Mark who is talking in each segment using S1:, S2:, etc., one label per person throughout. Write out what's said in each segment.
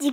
S1: 自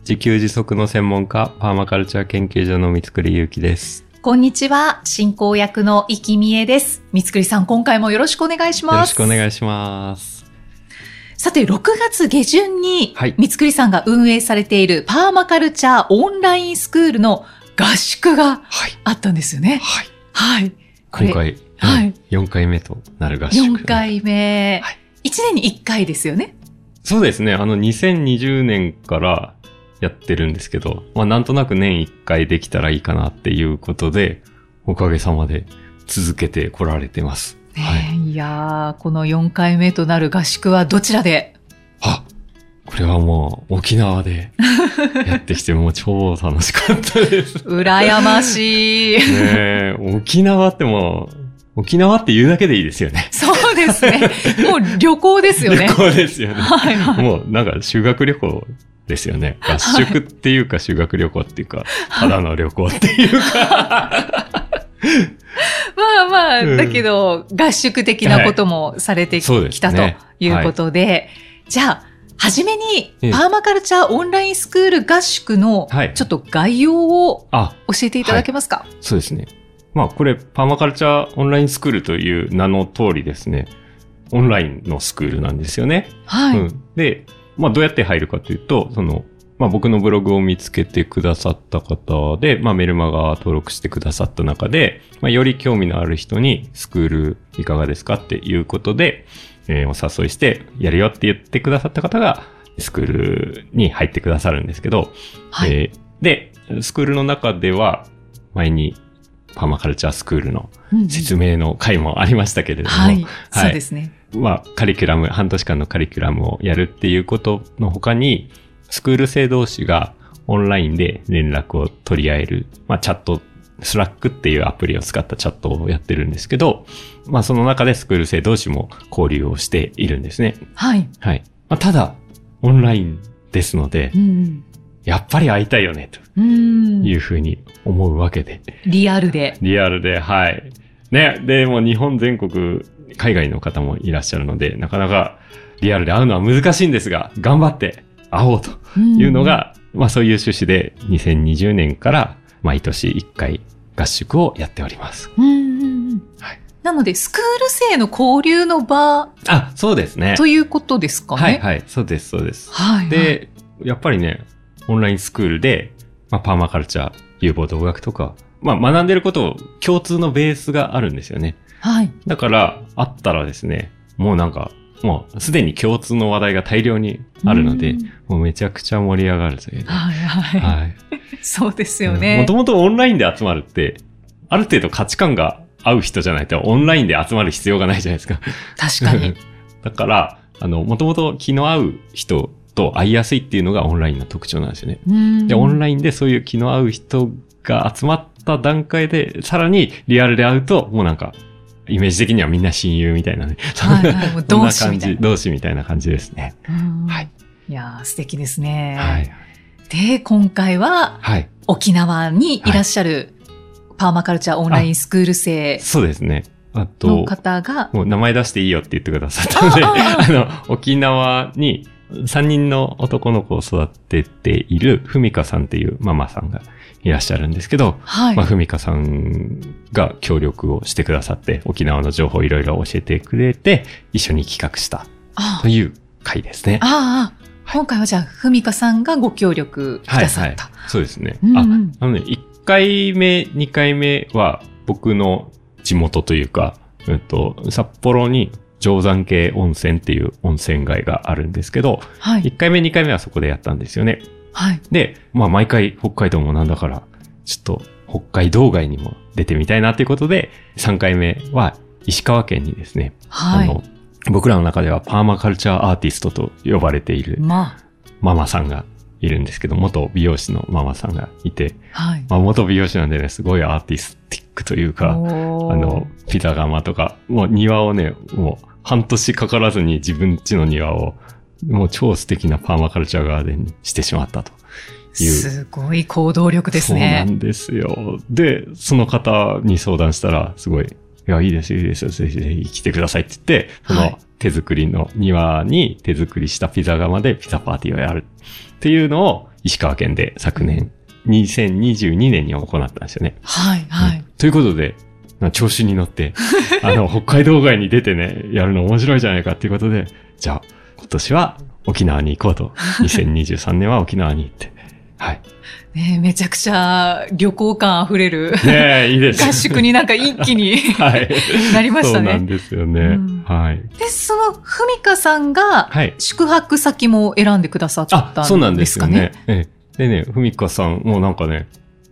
S2: 自給自足の専門家、パーマカルチャー研究所の三栗祐樹です。
S3: こんにちは進行役の生きみえです三栗さん今回もよろしくお願いし
S2: よろ
S3: ま
S2: し
S3: す
S2: くお願いします。
S3: さて、6月下旬に、
S2: はい
S3: 三つくりさんが運営されているパーマカルチャーオンラインスクールの合宿が
S2: はい。
S3: あったんですよね。
S2: はい。
S3: はい。これ
S2: 今回、
S3: はい
S2: 4回目となる合宿。
S3: 4。回目。
S2: はい
S3: 1年に1回ですよね。
S2: そうですね。あの、2020年からやってるんですけど、まあ、なんとなく年1回できたらいいかなっていうことで、おかげさまで続けてこられてます。
S3: ね
S2: はい
S3: え、いやー、この4回目となる合宿はどちらで
S2: あこれはもう沖縄でやってきてもう超楽しかったです。
S3: 羨ましい。
S2: ねえ、沖縄ってもう、沖縄って言うだけでいいですよね。
S3: そうですね。もう旅行ですよね。
S2: 旅行ですよね。
S3: はいはい。
S2: もうなんか修学旅行ですよね。合宿っていうか修学旅行っていうか、ただの旅行っていうか。
S3: まあまあ、
S2: うん
S3: だけど、合宿的なこともされてき,、
S2: そうですね
S3: たということで、じゃあ、はじめに、
S2: ええ
S3: パーマカルチャーオンラインスクール合宿の
S2: はい、
S3: ちょっと概要を
S2: あ、
S3: 教えていただけますか、
S2: そうですね。まあこれ、パーマカルチャーオンラインスクールという名の通りですね。オンラインのスクールなんですよね。
S3: はい、
S2: うん、で、まあ、どうやって入るかというと、その、まあ、僕のブログを見つけてくださった方で、まあ、メルマガ登録してくださった中で、まあ、より興味のある人にスクールいかがですかっていうことで、えーお誘いして、やるよって言ってくださった方が、スクールに入ってくださるんですけど、
S3: はい。
S2: えーで、スクールの中では、前に、パーマカルチャースクールの
S3: うん
S2: 説明の回もありましたけれども、
S3: はい、そうですね。
S2: まあ、カリキュラム、半年間のカリキュラムをやるっていうことの他に、スクール生同士がオンラインで連絡を取り合える、まあ、チャット、スラックっていうアプリを使ったチャットをやってるんですけど、まあ、その中でスクール生同士も交流をしているんですね。
S3: はい。
S2: はい。まあ、ただ、オンラインですので
S3: う、ん
S2: やっぱり会いたいよね、と
S3: うん、
S2: いうふうに思うわけで。
S3: リアルで。
S2: リアルで、はい。ね、でもう日本全国、海外の方もいらっしゃるので、なかなかリアルで会うのは難しいんですが、頑張って会おうというのが、まあそういう趣旨で2020年から毎年1回合宿をやっております。
S3: うん、うんうんうん
S2: はい
S3: なので、スクール生の交流の場
S2: あ、そうですね。
S3: ということですかね。
S2: はいはい、そうです、そうです。
S3: はい、はい。
S2: で、やっぱりね、オンラインスクールで、まあ、パーマカルチャー、有望動学とか、まあ学んでることを共通のベースがあるんですよね。
S3: はい。
S2: だから、あったらですね、もうなんか、もうすでに共通の話題が大量にあるので、
S3: うん
S2: もうめちゃくちゃ盛り上がるというね。
S3: はいはい。
S2: はい。
S3: そうですよ
S2: も
S3: ね
S2: と。もとオンラインで集まるって、ある程度価値観が合う人じゃないとオンラインで集まる必要がないじゃないですか。
S3: 確かに。
S2: だから、あの、もともと気の合う人と会いやすいっていうのがオンラインの特徴なんですよね。 で、オン
S3: イ
S2: ラインでそういう気の合う人が集まった段階で、さらにリアルで会うと、もうなんか、イメージ的にはみんな親友みたいなね。
S3: はいはいもう同志みたいな
S2: そん感じ同志みたいな感じですね。
S3: ン
S2: はい。
S3: いやー素敵ですね。
S2: はい。
S3: で、今回は
S2: はい。
S3: 沖縄にいらっしゃるパーマカルチャーオンラインスクール生
S2: そうですね。あ
S3: の
S2: と、
S3: 方が、
S2: もう名前出していいよって言ってくださったので、
S3: あ
S2: あ
S3: あ
S2: の、沖縄に3人の男の子を育てているふみかさんっていうママさんがいらっしゃるんですけど、
S3: はい
S2: まあ、。ふみかさんが協力をしてくださって、沖縄の情報をいろいろ教えてくれて、一緒に企画した
S3: あ
S2: という回ですね。
S3: ああ、今回はじゃあ、ふみかさんがご協力くださった。
S2: そうですね。
S3: うんう
S2: あ、
S3: ん
S2: なので、1回目、2回目は僕の地元というか、うんと、札幌に定山系温泉っていう温泉街があるんですけど、
S3: はい。
S2: 1回目、2回目はそこでやったんですよね。
S3: はい。
S2: で、まあ毎回北海道もなんだから、ちょっと北海道外にも出てみたいなということで、3回目は石川県にですね、
S3: は
S2: あ
S3: い。
S2: の、僕らの中ではパーマカルチャーアーティストと呼ばれている
S3: まあ、
S2: ママさんがいるんですけど、元美容師のママさんがいて、
S3: はい。
S2: まあ、元美容師なんでね、すごいアーティスティックというか、
S3: おー
S2: あの、、ピザ窯とか、もう庭をね、もう半年かからずに自分家の庭を、もう超素敵なパーマカルチャーガーデンにしてしまったと。いう
S3: すごい行動力です
S2: そう
S3: ね。
S2: なんですよ。で、その方に相談したら、すごい、いや、いいですよ、いいですよ、ぜひぜひ来てくださいって言って、そ
S3: はい
S2: の手作りの庭に手作りしたピザ窯でピザパーティーをやるっていうのを石川県で昨年、2022年に行ったんですよね。
S3: はい、は
S2: うん
S3: い。
S2: ということで、な調子に 乗って、あの、北海道外に出てね、やるの面白いじゃないかっていうことで、じゃあ、今年は沖縄に行こうと。2023年は沖縄に行って。はい。
S3: ねえめちゃくちゃ旅行感あふれる
S2: ねえ、いいです。
S3: 合宿になんか一気に
S2: はい。
S3: なりまし
S2: そ
S3: た
S2: うな
S3: ね
S2: ん。ですよね。
S3: うん
S2: はい。
S3: で、そのふみかさんが
S2: はい。
S3: 宿泊先も選んでくださったんですか
S2: あ、
S3: ね。
S2: そうなんですよね。ええでね、ふみかさんもなんかね、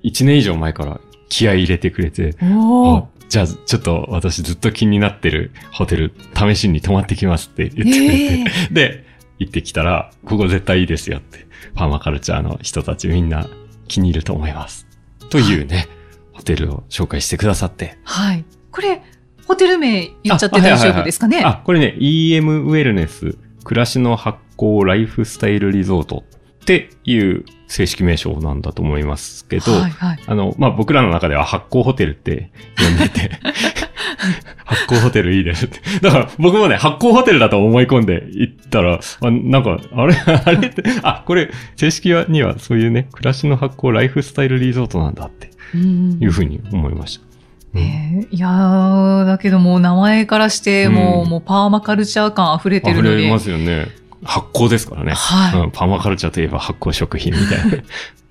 S2: 1年以上前から気合い入れてくれて、
S3: おー
S2: あじゃあちょっと私ずっと気になってるホテル試しに泊まってきますって言ってくれて、
S3: ええ
S2: で、行ってきたら、ここ絶対いいですよって、パーマカルチャーの人たちみんな気に入ると思います。というね、ホテルを紹介してくださって、
S3: はい。これ、ホテル名言っちゃって大丈夫ですかね。
S2: あ、これね、EM ウェルネス、暮らしの発酵ライフスタイルリゾートっていう正式名称なんだと思いますけど、
S3: はい、はい。
S2: あの、まあ、僕らの中では発酵ホテルって呼んでて、 発酵ホテルいいですって。だから僕もね、発酵ホテルだと思い込んで行ったら、あなんか、あれあれって、あ、これ、正式にはそういうね、暮らしの発酵ライフスタイルリゾートなんだって
S3: うん
S2: いうふうに思いました。うん
S3: ねえいやー、だけどもう名前からして、もう、
S2: うん
S3: もうパーマカルチャー感溢れてる
S2: 溢
S3: ので。
S2: れますよね。発酵ですからね。
S3: はい。
S2: うん、パーマカルチャーといえば発酵食品みた いな。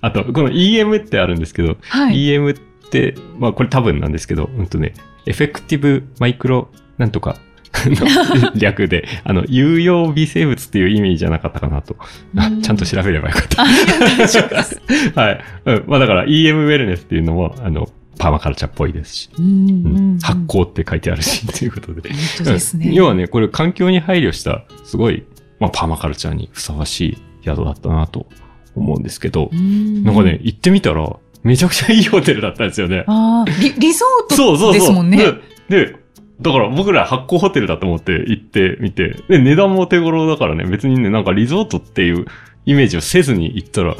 S2: あと、この EM ってあるんですけど、
S3: はい。
S2: EM って、まあこれ多分なんですけど、うんとね、エフェクティブマイクロなんとか の略で、あの、有用微生物っていう意味じゃなかったかなと。あ
S3: うん
S2: ちゃんと調べればよかった。
S3: あいや大丈夫です。
S2: はい。うん、まあだから EM ウェルネスっていうのも、あの、パーマカルチャーっぽいですし、
S3: う
S2: うん
S3: ん
S2: 発。酵って書いてあるし、ということで。
S3: 本当です
S2: うん
S3: ね。
S2: 要はね、これ環境に配慮した、すごい、まあ、パーマカルチャーにふさわしい宿だったなと思うんですけど
S3: う、ん
S2: なんかね、。行ってみたら、めちゃくちゃいいホテルだったんですよね。
S3: あーリリゾー
S2: そうそうそ
S3: トで
S2: う。
S3: すもんね。
S2: で、でだから僕ら発酵ホテルだと思って行ってみて、で、値段も手頃だからね、別にね、なんかリゾートっていうイメージをせずに行ったら、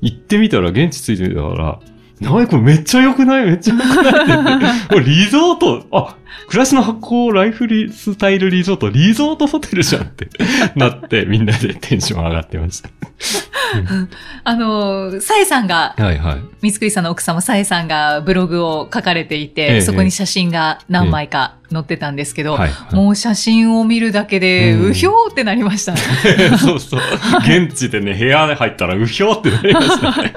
S2: 行ってみたら現地ついてみたから、なにこれめっちゃ良くないめっちゃ良くないって言って、 もうリゾート、あ、暮らしの発酵ライフリスタイルリゾート、リゾートホテルじゃんってなって、みんなでテンション上がってました。
S3: あのー、さえさんが、
S2: はいはい。
S3: 三つくりさんの奥様、さえさんがブログを書かれていて、
S2: ええ
S3: そこに写真が何枚か載ってたんですけど、
S2: はい、はい。
S3: もう写真を見るだけで、
S2: うん
S3: うひょーってなりました。
S2: そうそう。現地でね、部屋に入ったら、うひょーってなりましたね。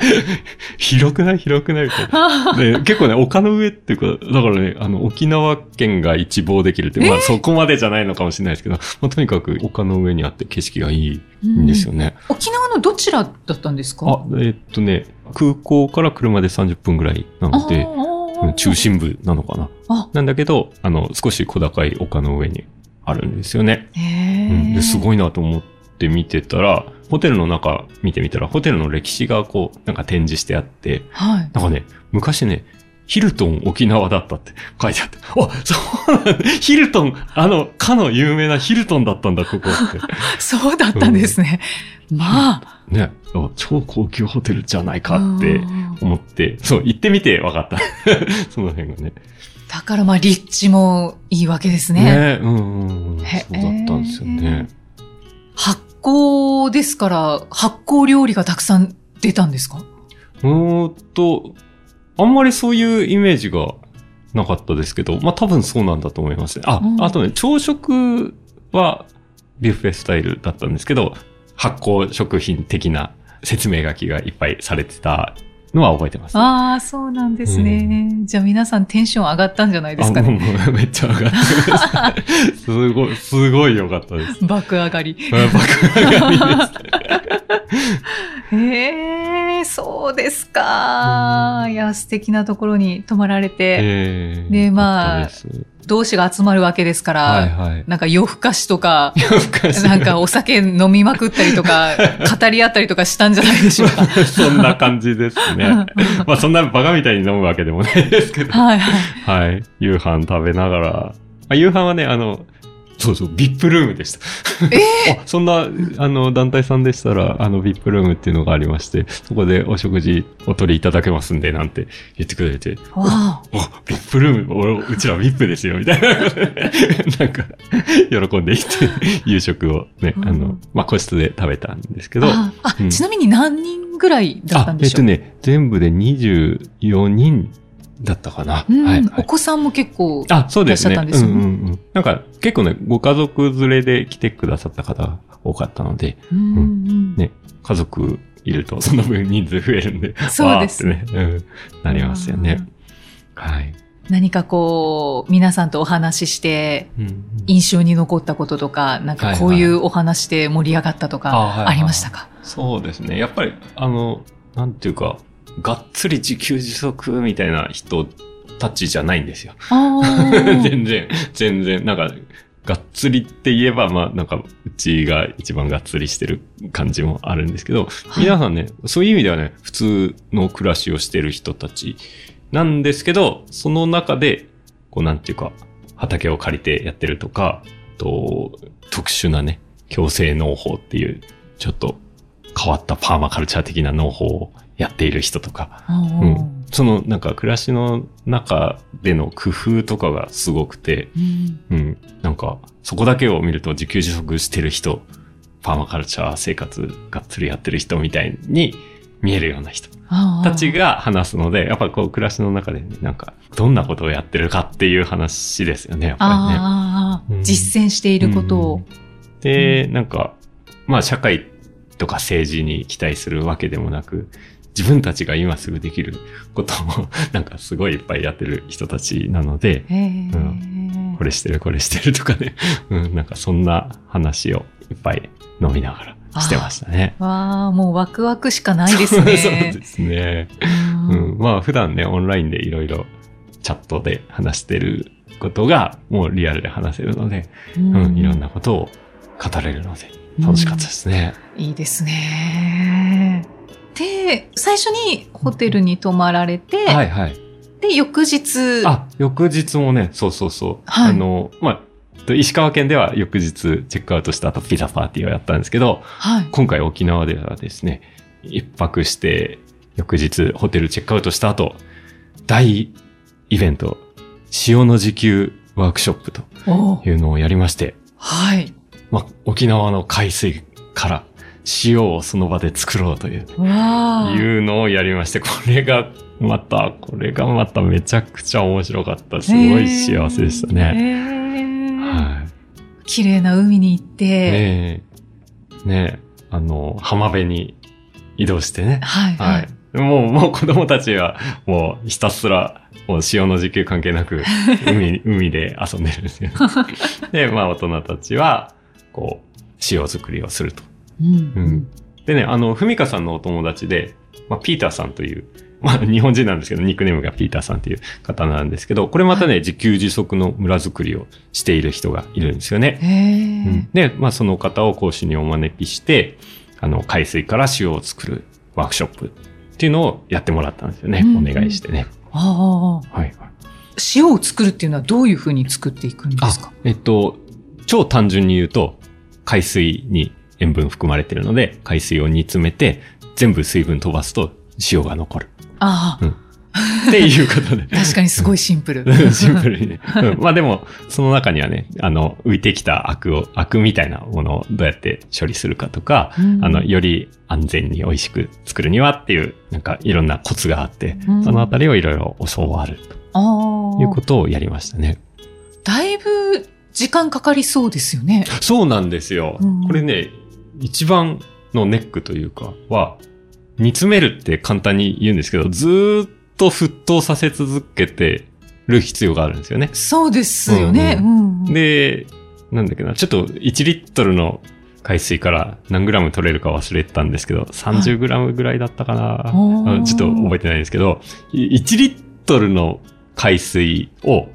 S2: 広くない広くないみたいな。で、結構ね、丘の上っていうか、だからね、あの、沖縄県が一望できるって、まあ、そこまでじゃないのかもしれないですけど、まあ、とにかく丘の上にあって景色がいいんですよね。
S3: うん沖縄のどちらだったんですか
S2: あ、えっとね、空港から車で30分ぐらいなので、うん中心部なのかな。
S3: あ
S2: なんだけど、あの、少し小高い丘の上にあるんですよね。うん、です
S3: い。
S2: ごいなと思って見てたら、ホテルの中見てみたら、ホテルの歴史がこう、なんか展示してあって、
S3: はい。
S2: なんかね、昔ね、ヒルトン沖縄だったって 書いてあって、あ、そうなんだ、ヒルトン、あの、かの有名なヒルトンだったんだ、ここっ
S3: そうだったんですね。まあ。
S2: て。ね、あ超高級ホテルじゃないかっ
S3: う
S2: て
S3: ん
S2: 思って、そう、行ってみて分かった。 その辺がね。
S3: だからまあ、立地もいいわけですね。
S2: ね、うんうんうん、そうだっ
S3: へ
S2: たんですよね。
S3: 発酵ですから、発酵料理がたくさん出たんですか
S2: うーんと、あんまりそういうイメージがなかったですけど、まあ多分そうなんだと思いますね。あ、
S3: うん
S2: あとね、朝食はビュッフェスタイルだったんですけど、発酵食品的な説明書きがいっぱいされてたのは覚えてます。
S3: ああ、そうなんですね。じゃあ皆さんテンション上がったんじゃないです
S2: あ
S3: か
S2: もう
S3: ね。
S2: もうめっちゃ上がって ました。すごい、すごい良かったです。
S3: 爆上がり。
S2: 爆上がりです。
S3: へえ、そうですか。いや、素敵なところに泊まられて、
S2: え
S3: でまあ
S2: よかったです
S3: 同志が集まるわけですから、
S2: はいはい。
S3: なんか夜更かしとか、
S2: 昔
S3: なんかお酒飲みまくったりと か、語り合ったりとかしたんじゃないでしょうか。
S2: そんな感じですね。まあそんなバカみたいに飲むわけでもないで すけど。
S3: はいはい。
S2: はい。夕飯食べながら。あ夕飯はね、あの、そうそう、VIP ルームでした。あそんな、あの、団体さんでしたら、あの、VIP ルームっていうのがありまして、そこでお食事お取りいただけますんで、なんて言ってくれて、
S3: わ
S2: お、VIP ルーム、俺、うちら VIP ですよ、みたいな。 なんか、喜んでいって、夕食をね、あ
S3: う
S2: の
S3: ん、
S2: まあ、個室で食べたんですけ
S3: あ
S2: ど、
S3: ああ
S2: うん
S3: ちなみに何人ぐらいだった
S2: あ
S3: ん、で
S2: えっ
S3: しょ
S2: と
S3: う、
S2: ね、全部で24人だったかな。
S3: うん
S2: はいはい
S3: お子さんも結構。
S2: あ、そうですね。
S3: いらっしゃったんですよね
S2: うんうんうん。なんか、結構ね、ご家族連れで来てくださった方が多かったので、
S3: うんうん
S2: ね家族いるとその分人数増えるんで、
S3: そうです
S2: わーってね、うん、なりますよね。はい。
S3: 何かこう、皆さんとお話しして、
S2: うんうん
S3: 印象に残ったこととか、なんかこういうお話で盛り上がったと
S2: はいはいあはい
S3: か、
S2: はい
S3: ありました か
S2: そうですね。やっぱり、あの、なんていうか、がっつり自給自足みたいな人たちじゃないんですよ。
S3: あー
S2: 全然、全然、なんか、がっつりって言えば、まあ、なんか、うちが一番がっつりしてる感じもあるんですけど、
S3: い
S2: 皆さんね、そういう意味ではね、普通の暮らしをしてる人たちなんですけど、その中で、こう、なんていうか、畑を借りてやってるとか、あと、特殊なね、強制農法っていう、ちょっと変わったパーマカルチャー的な農法をやっている人とか、う
S3: おー
S2: ん、そのなんか暮らしの中での工夫とかがすごくて、
S3: うん
S2: うん、なんかそこだけを見ると自給自足してる人、パーマカルチャー生活がっつりやってる人みたいに見えるような人
S3: あー
S2: たちが話すので、やっぱこう暮らしの中でね、なんかどんなことをやってるかっていう話ですよね、やっぱ
S3: あー、
S2: うん
S3: 実践してい
S2: りね。
S3: ることを。
S2: うん。で、なんか、まあ社会とか政治に期待するわけでもなく、自分たちが今すぐできることを なんかすごいいっぱいやってる人たちなので、
S3: へー
S2: うこれしてるこれしてるとかね、 うん、なんかそんな話をいっぱい飲みながらしてましたね。
S3: わあ、もうワクワクしかないです
S2: そう
S3: ね。
S2: ですね。
S3: うん
S2: うん、まあ普段ね、オンラインでいろいろチャットで話してることがもうリアルで話せるので、うん、いろんなことを語れるので、楽しかったですね。
S3: いいですね。で、最初にホテルに泊まられて、
S2: はいはい。
S3: で、翌日、
S2: あ、翌日もね、そうそうそう。
S3: はい
S2: あの、まあ、と石川県では翌日チェックアウトした後ピザパーティーをやったんですけど、
S3: はい。
S2: 今回沖縄ではですね、一泊して翌日ホテルチェックアウトした後、大イベント、塩の時給ワークショップと
S3: おー
S2: いうのをやりまして、
S3: はい。
S2: まあ、沖縄の海水から塩をその場で作ろうという
S3: わあ。
S2: いうのをやりまして、これがまた、これがまためちゃくちゃ面白かった。すごい幸せでしたね。
S3: ね
S2: はい。
S3: 綺麗な海に行って、
S2: ねえ、ねえ、あの、浜辺に移動してね。
S3: はい、は
S2: はいい。。もう、もう子供たちは、もうひたすら、もう潮の時給関係な く、海、海で遊んでるんですよ。で、まあ大人たちは、こう、塩作りをすると。
S3: うん
S2: うんでね、あの、ふみかさんのお友達で、まあ、ピーターさんという、 まあ、日本人なんですけど、ニックネームがピーターさんという方なんですけど、これまたね、自給自足の村づくりをしている人がいるんですよね。
S3: へえ、
S2: うんで、まあ、その方を講師にお招きして、あの、海水から塩を作るワークショップっていうのをやってもらったんですよね。
S3: うん
S2: お願いしてね。
S3: ああ。
S2: はい。
S3: 塩を作るっていうのはどういうふうに作っていくんですか
S2: あ、えっと、超単純に言うと、海水に塩分含まれてるので、海水を煮詰めて、全部水分飛ばすと塩が残る。
S3: あ
S2: っていうことで
S3: あ、。確かにすごいシンプル。
S2: シンプルにね。うんまあでも、その中にはね、あの、浮いてきたアクを、アクみたいなものをどうやって処理するかとか、
S3: うん
S2: あの、より安全に美味しく作るにはっていう、なんかいろんなコツがあって、
S3: うん
S2: そのあたりをいろいろ教わる
S3: あ
S2: ということをやりましたね。
S3: あ。だいぶ時間かかりそうですよね。
S2: そうなんですよ
S3: うん。
S2: これね、一番のネックというかは、煮詰めるって簡単に言うんですけど、ずーっと沸騰させ続けてる必要があるんですよね。
S3: そうですよね。う
S2: うん
S3: うん
S2: で、なんだっけな、ちょっと1リットルの海水から何グラム取れるか忘れてたんですけど、30グラムぐらいだったかな、あ
S3: おー
S2: のちょっと覚えてないんですけど、い1リットルの海水を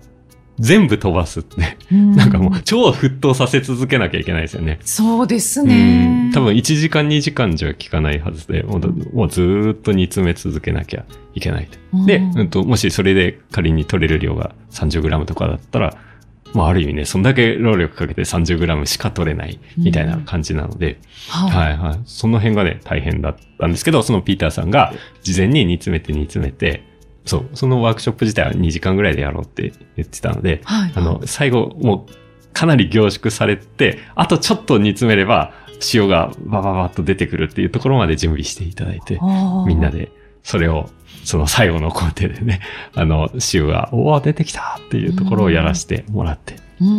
S2: 全部飛ばすって、なんかもう超沸騰させ続けなきゃいけないですよね。
S3: そうです
S2: うん
S3: ね。
S2: 多分1時間2時間じゃ効かないはずで、もうだもうずーっと煮詰め続けなきゃいけないと。で、
S3: うん
S2: うんと、もしそれで仮に取れる量が 30g とかだったら、まあある意味ね、そんだけ労力かけて 30g しか取れないみたいな感じなので、はいはい。その辺がね、大変だったんですけど、そのピーターさんが事前に煮詰めて煮詰めて、そう、そのワークショップ自体は2時間ぐらいでやろうって言ってたので、
S3: はい。
S2: あの、最後、もう、かなり凝縮されて、あとちょっと煮詰めれば、塩がバババッと出てくるっていうところまで準備していただいて、
S3: あー
S2: みんな。で、それを、その最後の工程でね、 あの、塩が、おお、出てきたっていうところをやらせてもらって。
S3: うんうんうん
S2: う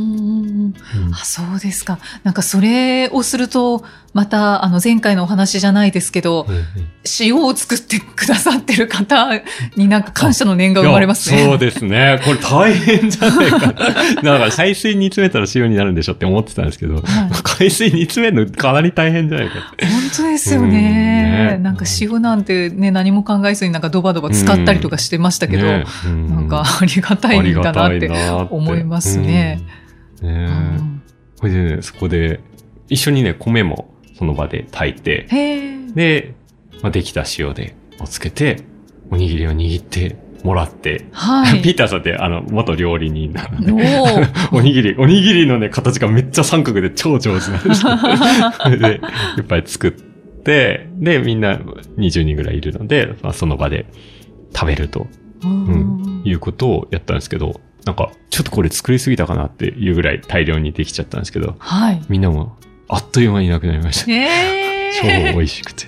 S2: ん
S3: あそうですか。なんかそれをすると、また、あの、前回のお話じゃないですけど、塩を作ってくださってる方になんか感謝の念が生まれます
S2: いや
S3: ね。
S2: そうですね。これ大変じゃな いかな。なんか、海水煮詰めたら塩になるんでしょって思ってたんですけど、
S3: はい
S2: 海水煮詰めるのかなり大変じゃないかって。
S3: 本当ですよ
S2: うんね
S3: ね。なんか塩なんてね、何も考えずになんかドバドバ使ったりとかしてましたけど、
S2: ねえ、うん
S3: なんかありがたいんだなって。思いますね。
S2: うんねえそれでね、そこで、一緒にね、米もその場で炊いて、
S3: うんへえ。
S2: で、まあ、できた塩で、をつけて、おにぎりを握ってもらって、
S3: は
S2: ピ
S3: い。
S2: ーターさんって、あの、元料理人な の
S3: お
S2: で、
S3: ー
S2: おにぎり、おにぎりのね、形がめっちゃ三角で超上手なんですよ それで、いっぱい作って、で、みんな20人ぐらいいるので、まあ、その場で食べると
S3: うん
S2: いうことをやったんですけど、なんか、ちょっとこれ作りすぎたかなっていうぐらい大量にできちゃったんですけど、
S3: はい。
S2: みんなもあっという間になくなりました。
S3: え
S2: 超
S3: え。
S2: 美味しくて。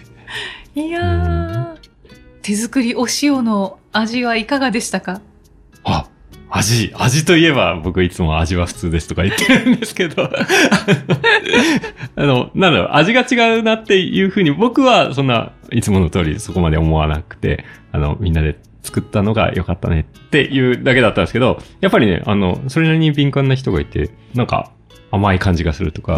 S3: いやー手作りお塩の味はいかがでしたか
S2: あ、味、味といえば僕いつも味は普通ですとか言ってるんですけど、あの、なんだろう、味が違うなっていうふうに僕はそんないつもの通りそこまで思わなくて、あの、みんなで作ったのが良かったねっていうだけだったんですけど、やっぱりね、あの、それなりに敏感な人がいて、なんか甘い感じがするとか、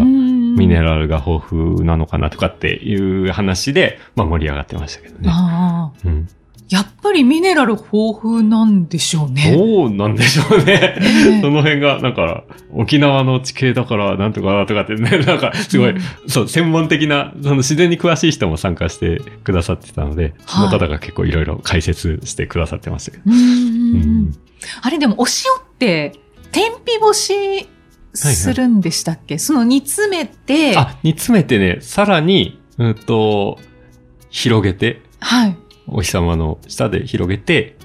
S3: ミ
S2: ミネラルが豊富なのかなとかっていう話で、まあ盛り上がってましたけどね。
S3: ああ。
S2: うん、
S3: やっぱりミネラル豊富なんでしょうね。
S2: どうなんでしょうね。
S3: ね
S2: その辺が、なんか、沖縄の地形だから、なんとかとかっ てね、なんか、すごい、そう、専門的な、その自然に詳しい人も参加してくださってたので、その方が結構いろいろ解説してくださってましたけど。
S3: うんうん
S2: う
S3: うん
S2: ん
S3: あれでもお塩って天日干しするんでしたっけ、その煮詰めて、
S2: あ、煮詰めてね、さらに、うんと、広げて、
S3: はい。
S2: お日様の下で広げて、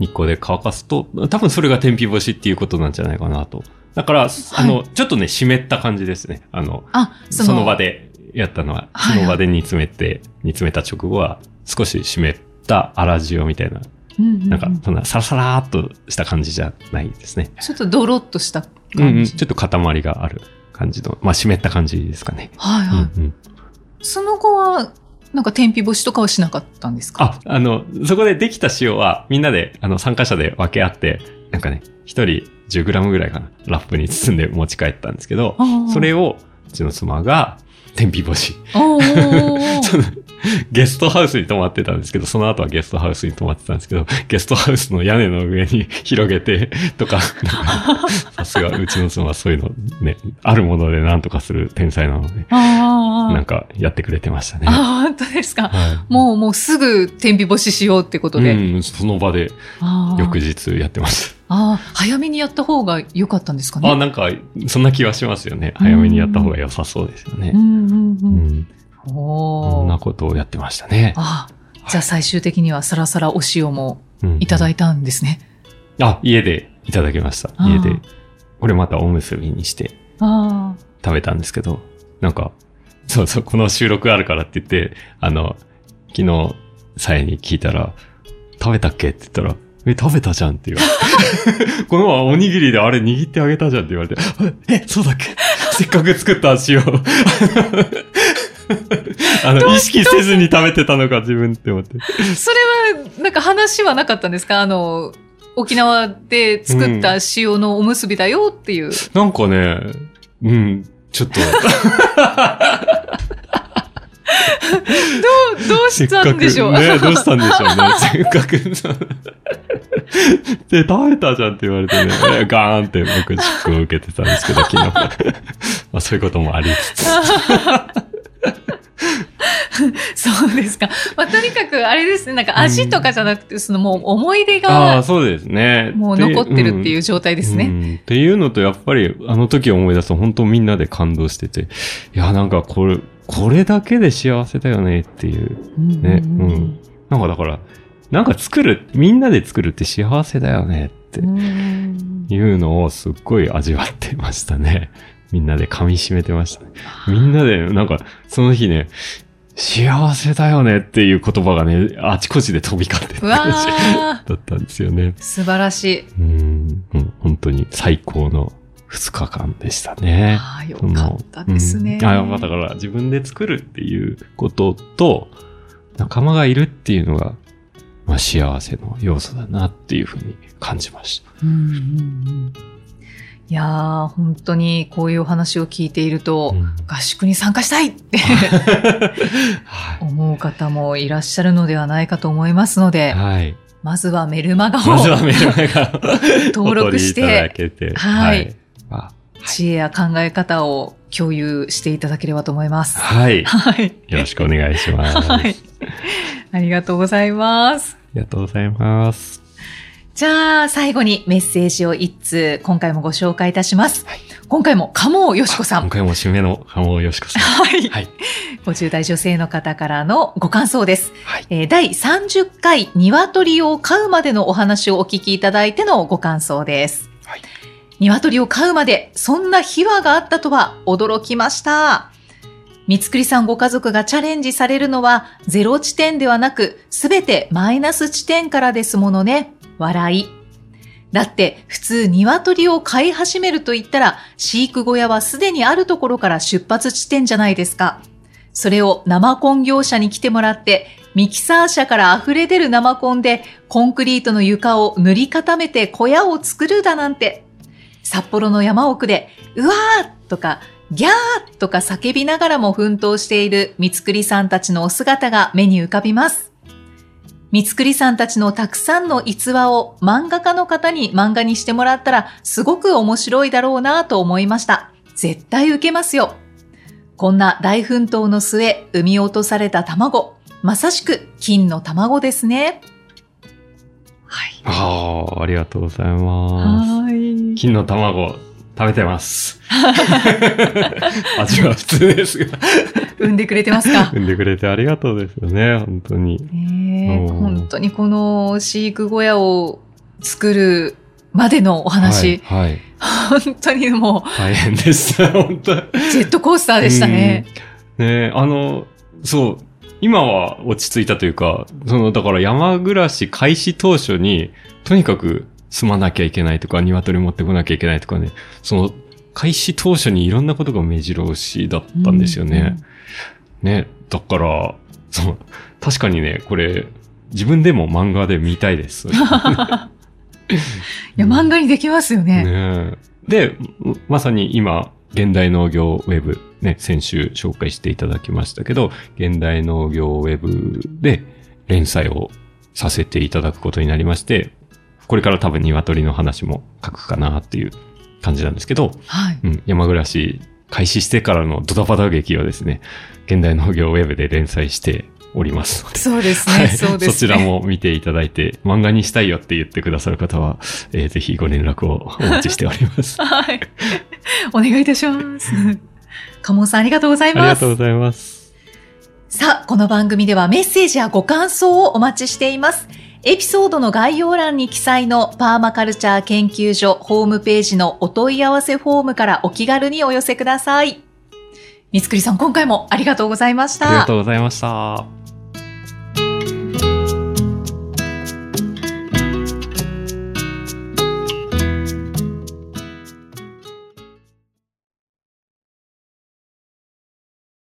S2: 日光で乾かすと、多分それが天日干しっていうことなんじゃないかなと。だから、あの、ちょっとね、湿った感じですね。あの、
S3: あ、
S2: その場。でやったのは、
S3: はい
S2: その場で煮詰めて、煮詰めた直後は、少し湿った粗塩みたいな、
S3: うんうんうん
S2: なんか、そんなサラサラーっとした感じじゃないですね。
S3: ちょっとドロッとした感じ。
S2: うんうん、ちょっと塊がある感じの、まあ湿った感じですかね。
S3: はいはい、
S2: うんうん、
S3: その後は、なんか天日干しとかはしなかったんですか
S2: あ、あの、そこでできた塩は、みんなで、あの、参加者で分け合って、なんかね、一人 10g ぐらいかな、ラップに包んで持ち帰ったんですけど、
S3: あ
S2: それ
S3: を。
S2: を、うちの妻が、天日干し。
S3: おーお ー
S2: そのゲストハウスに泊まってたんですけど、その後はゲストハウスに泊まってたんですけど、ゲストハウスの屋根の上に広げて、とか、なんかさすがうちの妻はそういうのね、あるものでなんとかする天才なので、
S3: あ
S2: なん
S3: ー
S2: かやってくれてましたね。
S3: あー、本当ですか。
S2: はい
S3: もう、もうすぐ天日干ししようってことで。
S2: うん、その場で
S3: あー
S2: 翌日やってました。
S3: あー早めにやった方が良かったんですかね。
S2: あ、なんか、そんな気はしますよね。早めにやった方が良さそうですよね
S3: う。んうんう。
S2: うんん。
S3: お
S2: こ
S3: ー
S2: んなことをやってましたね。
S3: あじゃあ最終的にはサラサラお塩もいただ
S2: い
S3: いたんですね。
S2: あ、家でいただきました。
S3: あ
S2: 家
S3: ー
S2: で。これまたおむすびにして
S3: あ
S2: 食べたんですけど、なんか、そうそう、この収録あるからって言って、あの、昨日、さえに聞いたら、食べたっけって言ったら、え、食べたじゃんって言われて。 この前おにぎりであれ握ってあげたじゃんって言われて、え、そうだっけせっかく作った足を。 あの、意識せずに食べてたのか自分って思って。
S3: あ。それは、なんか話はなかったんですかあの、沖縄で作った塩のお むすびだよっていう。
S2: なんかね、うん、ちょっと。
S3: どうしたんでしょう。
S2: せっかくね、どうしたんでしょうね。せっかくさ。で、食べたじゃんって言われてね、 ガーンって僕、ショックを受けてたんですけど、昨日。 まあ、そういうこともあり つつ。
S3: そうですか。まあ、とにかく、あれですね、なんか味とかじゃなくて、そのもう思い出
S2: ああ、
S3: が、
S2: そうですね。
S3: もう残ってるっていうう状態で
S2: ですう
S3: ね。
S2: んっていうのと、やっぱり、あの時思い出すと、本当みんなで感動してて、いや、なんかこれ、これだけで幸せだよねっていう。ね、う
S3: うん
S2: ん。なんかだから、なんか作る、みんなで作るって幸せだよねって
S3: うん
S2: いうのをすっごい味わってましたね。みんなで噛み締めてましたね。みんなで、なんか、その日ね、幸せだよねっていう言葉がね、あちこちで飛び交って
S3: う
S2: た
S3: わ
S2: 感じ
S3: ー
S2: だったんですよね。
S3: 素晴らしい。
S2: うん、うん本当に最高の2日間でしたね。
S3: ああ、よかったですね。
S2: うんあまあだから自分で作るっていうことと、仲間がいるっていうのが、まあ、幸せの要素だなっていうふうに感じました。
S3: うんうんうんいやー、本当にこういうお話を聞いていると、
S2: うん
S3: 合宿に参加したいって
S2: は
S3: 思う方もいらっしゃるのではないかと思いますの
S2: い。
S3: で、
S2: はい。
S3: まずはメルマガ
S2: まずは
S3: を
S2: メルマガを
S3: 登録して
S2: お取りいただけて。
S3: はい
S2: あ
S3: 知恵や考え方を共有していただければと思います。
S2: はい。
S3: はい。
S2: よろしくお願いします。
S3: はい。ありがとうございます
S2: あ。りがとうございます。
S3: じゃあ、最後にメッセージを一通、今回もご紹介いたします。今回も、鴨尾よしこさん
S2: 今。回も締めの浜尾よしこさん。
S3: はい。
S2: はい。
S3: 50代女性の方からのご感想です。
S2: はい。
S3: えー第30回鶏を飼うまでのお話をお聞きいただいてのご感想です。
S2: はい
S3: 鶏を飼うまでそんな秘話があったとは驚きました。三つくりさんご家族がチャレンジされるのはゼロ地点ではなくすべてマイナス地点からですものね。笑い。だって普通鶏を飼い始めると言ったら飼育小屋はすでにあるところから出発地点じゃないですか。それを生コン業者に来てもらって、ミキサー車から溢れ出る生コンで、コンクリートの床を塗り固めて小屋を作るだなんて。札幌の山奥で、うわーとか、ギャーとか叫びながらも奮闘している三つくりさんたちのお姿が目に浮かびます。三つくりさんたちのたくさんの逸話を漫画家の方に漫画にしてもらったらすごく面白いだろうなと思いました。絶対受けますよ。こんな大奮闘の末、産み落とされた卵。まさしく金の卵ですね。はい。
S2: ああ、ありがとうございます。
S3: はい。
S2: 金の卵、食べて ます。味は普通ですが。
S3: 産んでくれてます か
S2: 産んでくれてありがとうですよね、本当に。
S3: ねえ
S2: うん
S3: 本当にこの飼育小屋を作るまでのお話、
S2: はい。はい
S3: 本当にも
S2: 大変でした、本当
S3: うジェットコースターでしたね。。
S2: うんねえあの、そう。今は落ち着いたというか、その、だから山暮らし開始当初に、とにかく住まなきゃいけないとか、鶏持ってこなきゃいけないとかね、その、開始当初にいろんなことが目白押しだったんですよね。ね、だから、そう、確かにね、これ、自分でも漫画で見た いです。い
S3: うん。いや、漫画にできますよね。
S2: ねえで、まさに今、現代農業ウェブ、ね、先週紹介していただきましたけど、現代農業ウェブで連載をさせていただくことになりまして、これから多分鶏の話も書くかなっていう感じなんですけど、
S3: はい。
S2: うん、山暮らし開始してからのドタバタ劇をですね、現代農業ウェブで連載しておりますので。
S3: そうです
S2: は
S3: ね。
S2: い
S3: そうですね。
S2: そちら。も見ていただいて、漫画にしたいよって言ってくださる方は、えーぜひご連絡をお待ちしております。あ
S3: はい。 お願いいたします。鴨さんありがとうござい
S2: り
S3: ま
S2: が
S3: す
S2: とう。ございます。
S3: さあ、この番組ではメッセージやご感想をお待ちしています。エピソードの概要欄に記載のパーマカルチャー研究所ホームページのお問い合わせフォームからお気軽にお寄せください。三つくりさん、今回もありがとうございました。
S2: ありがとうございました。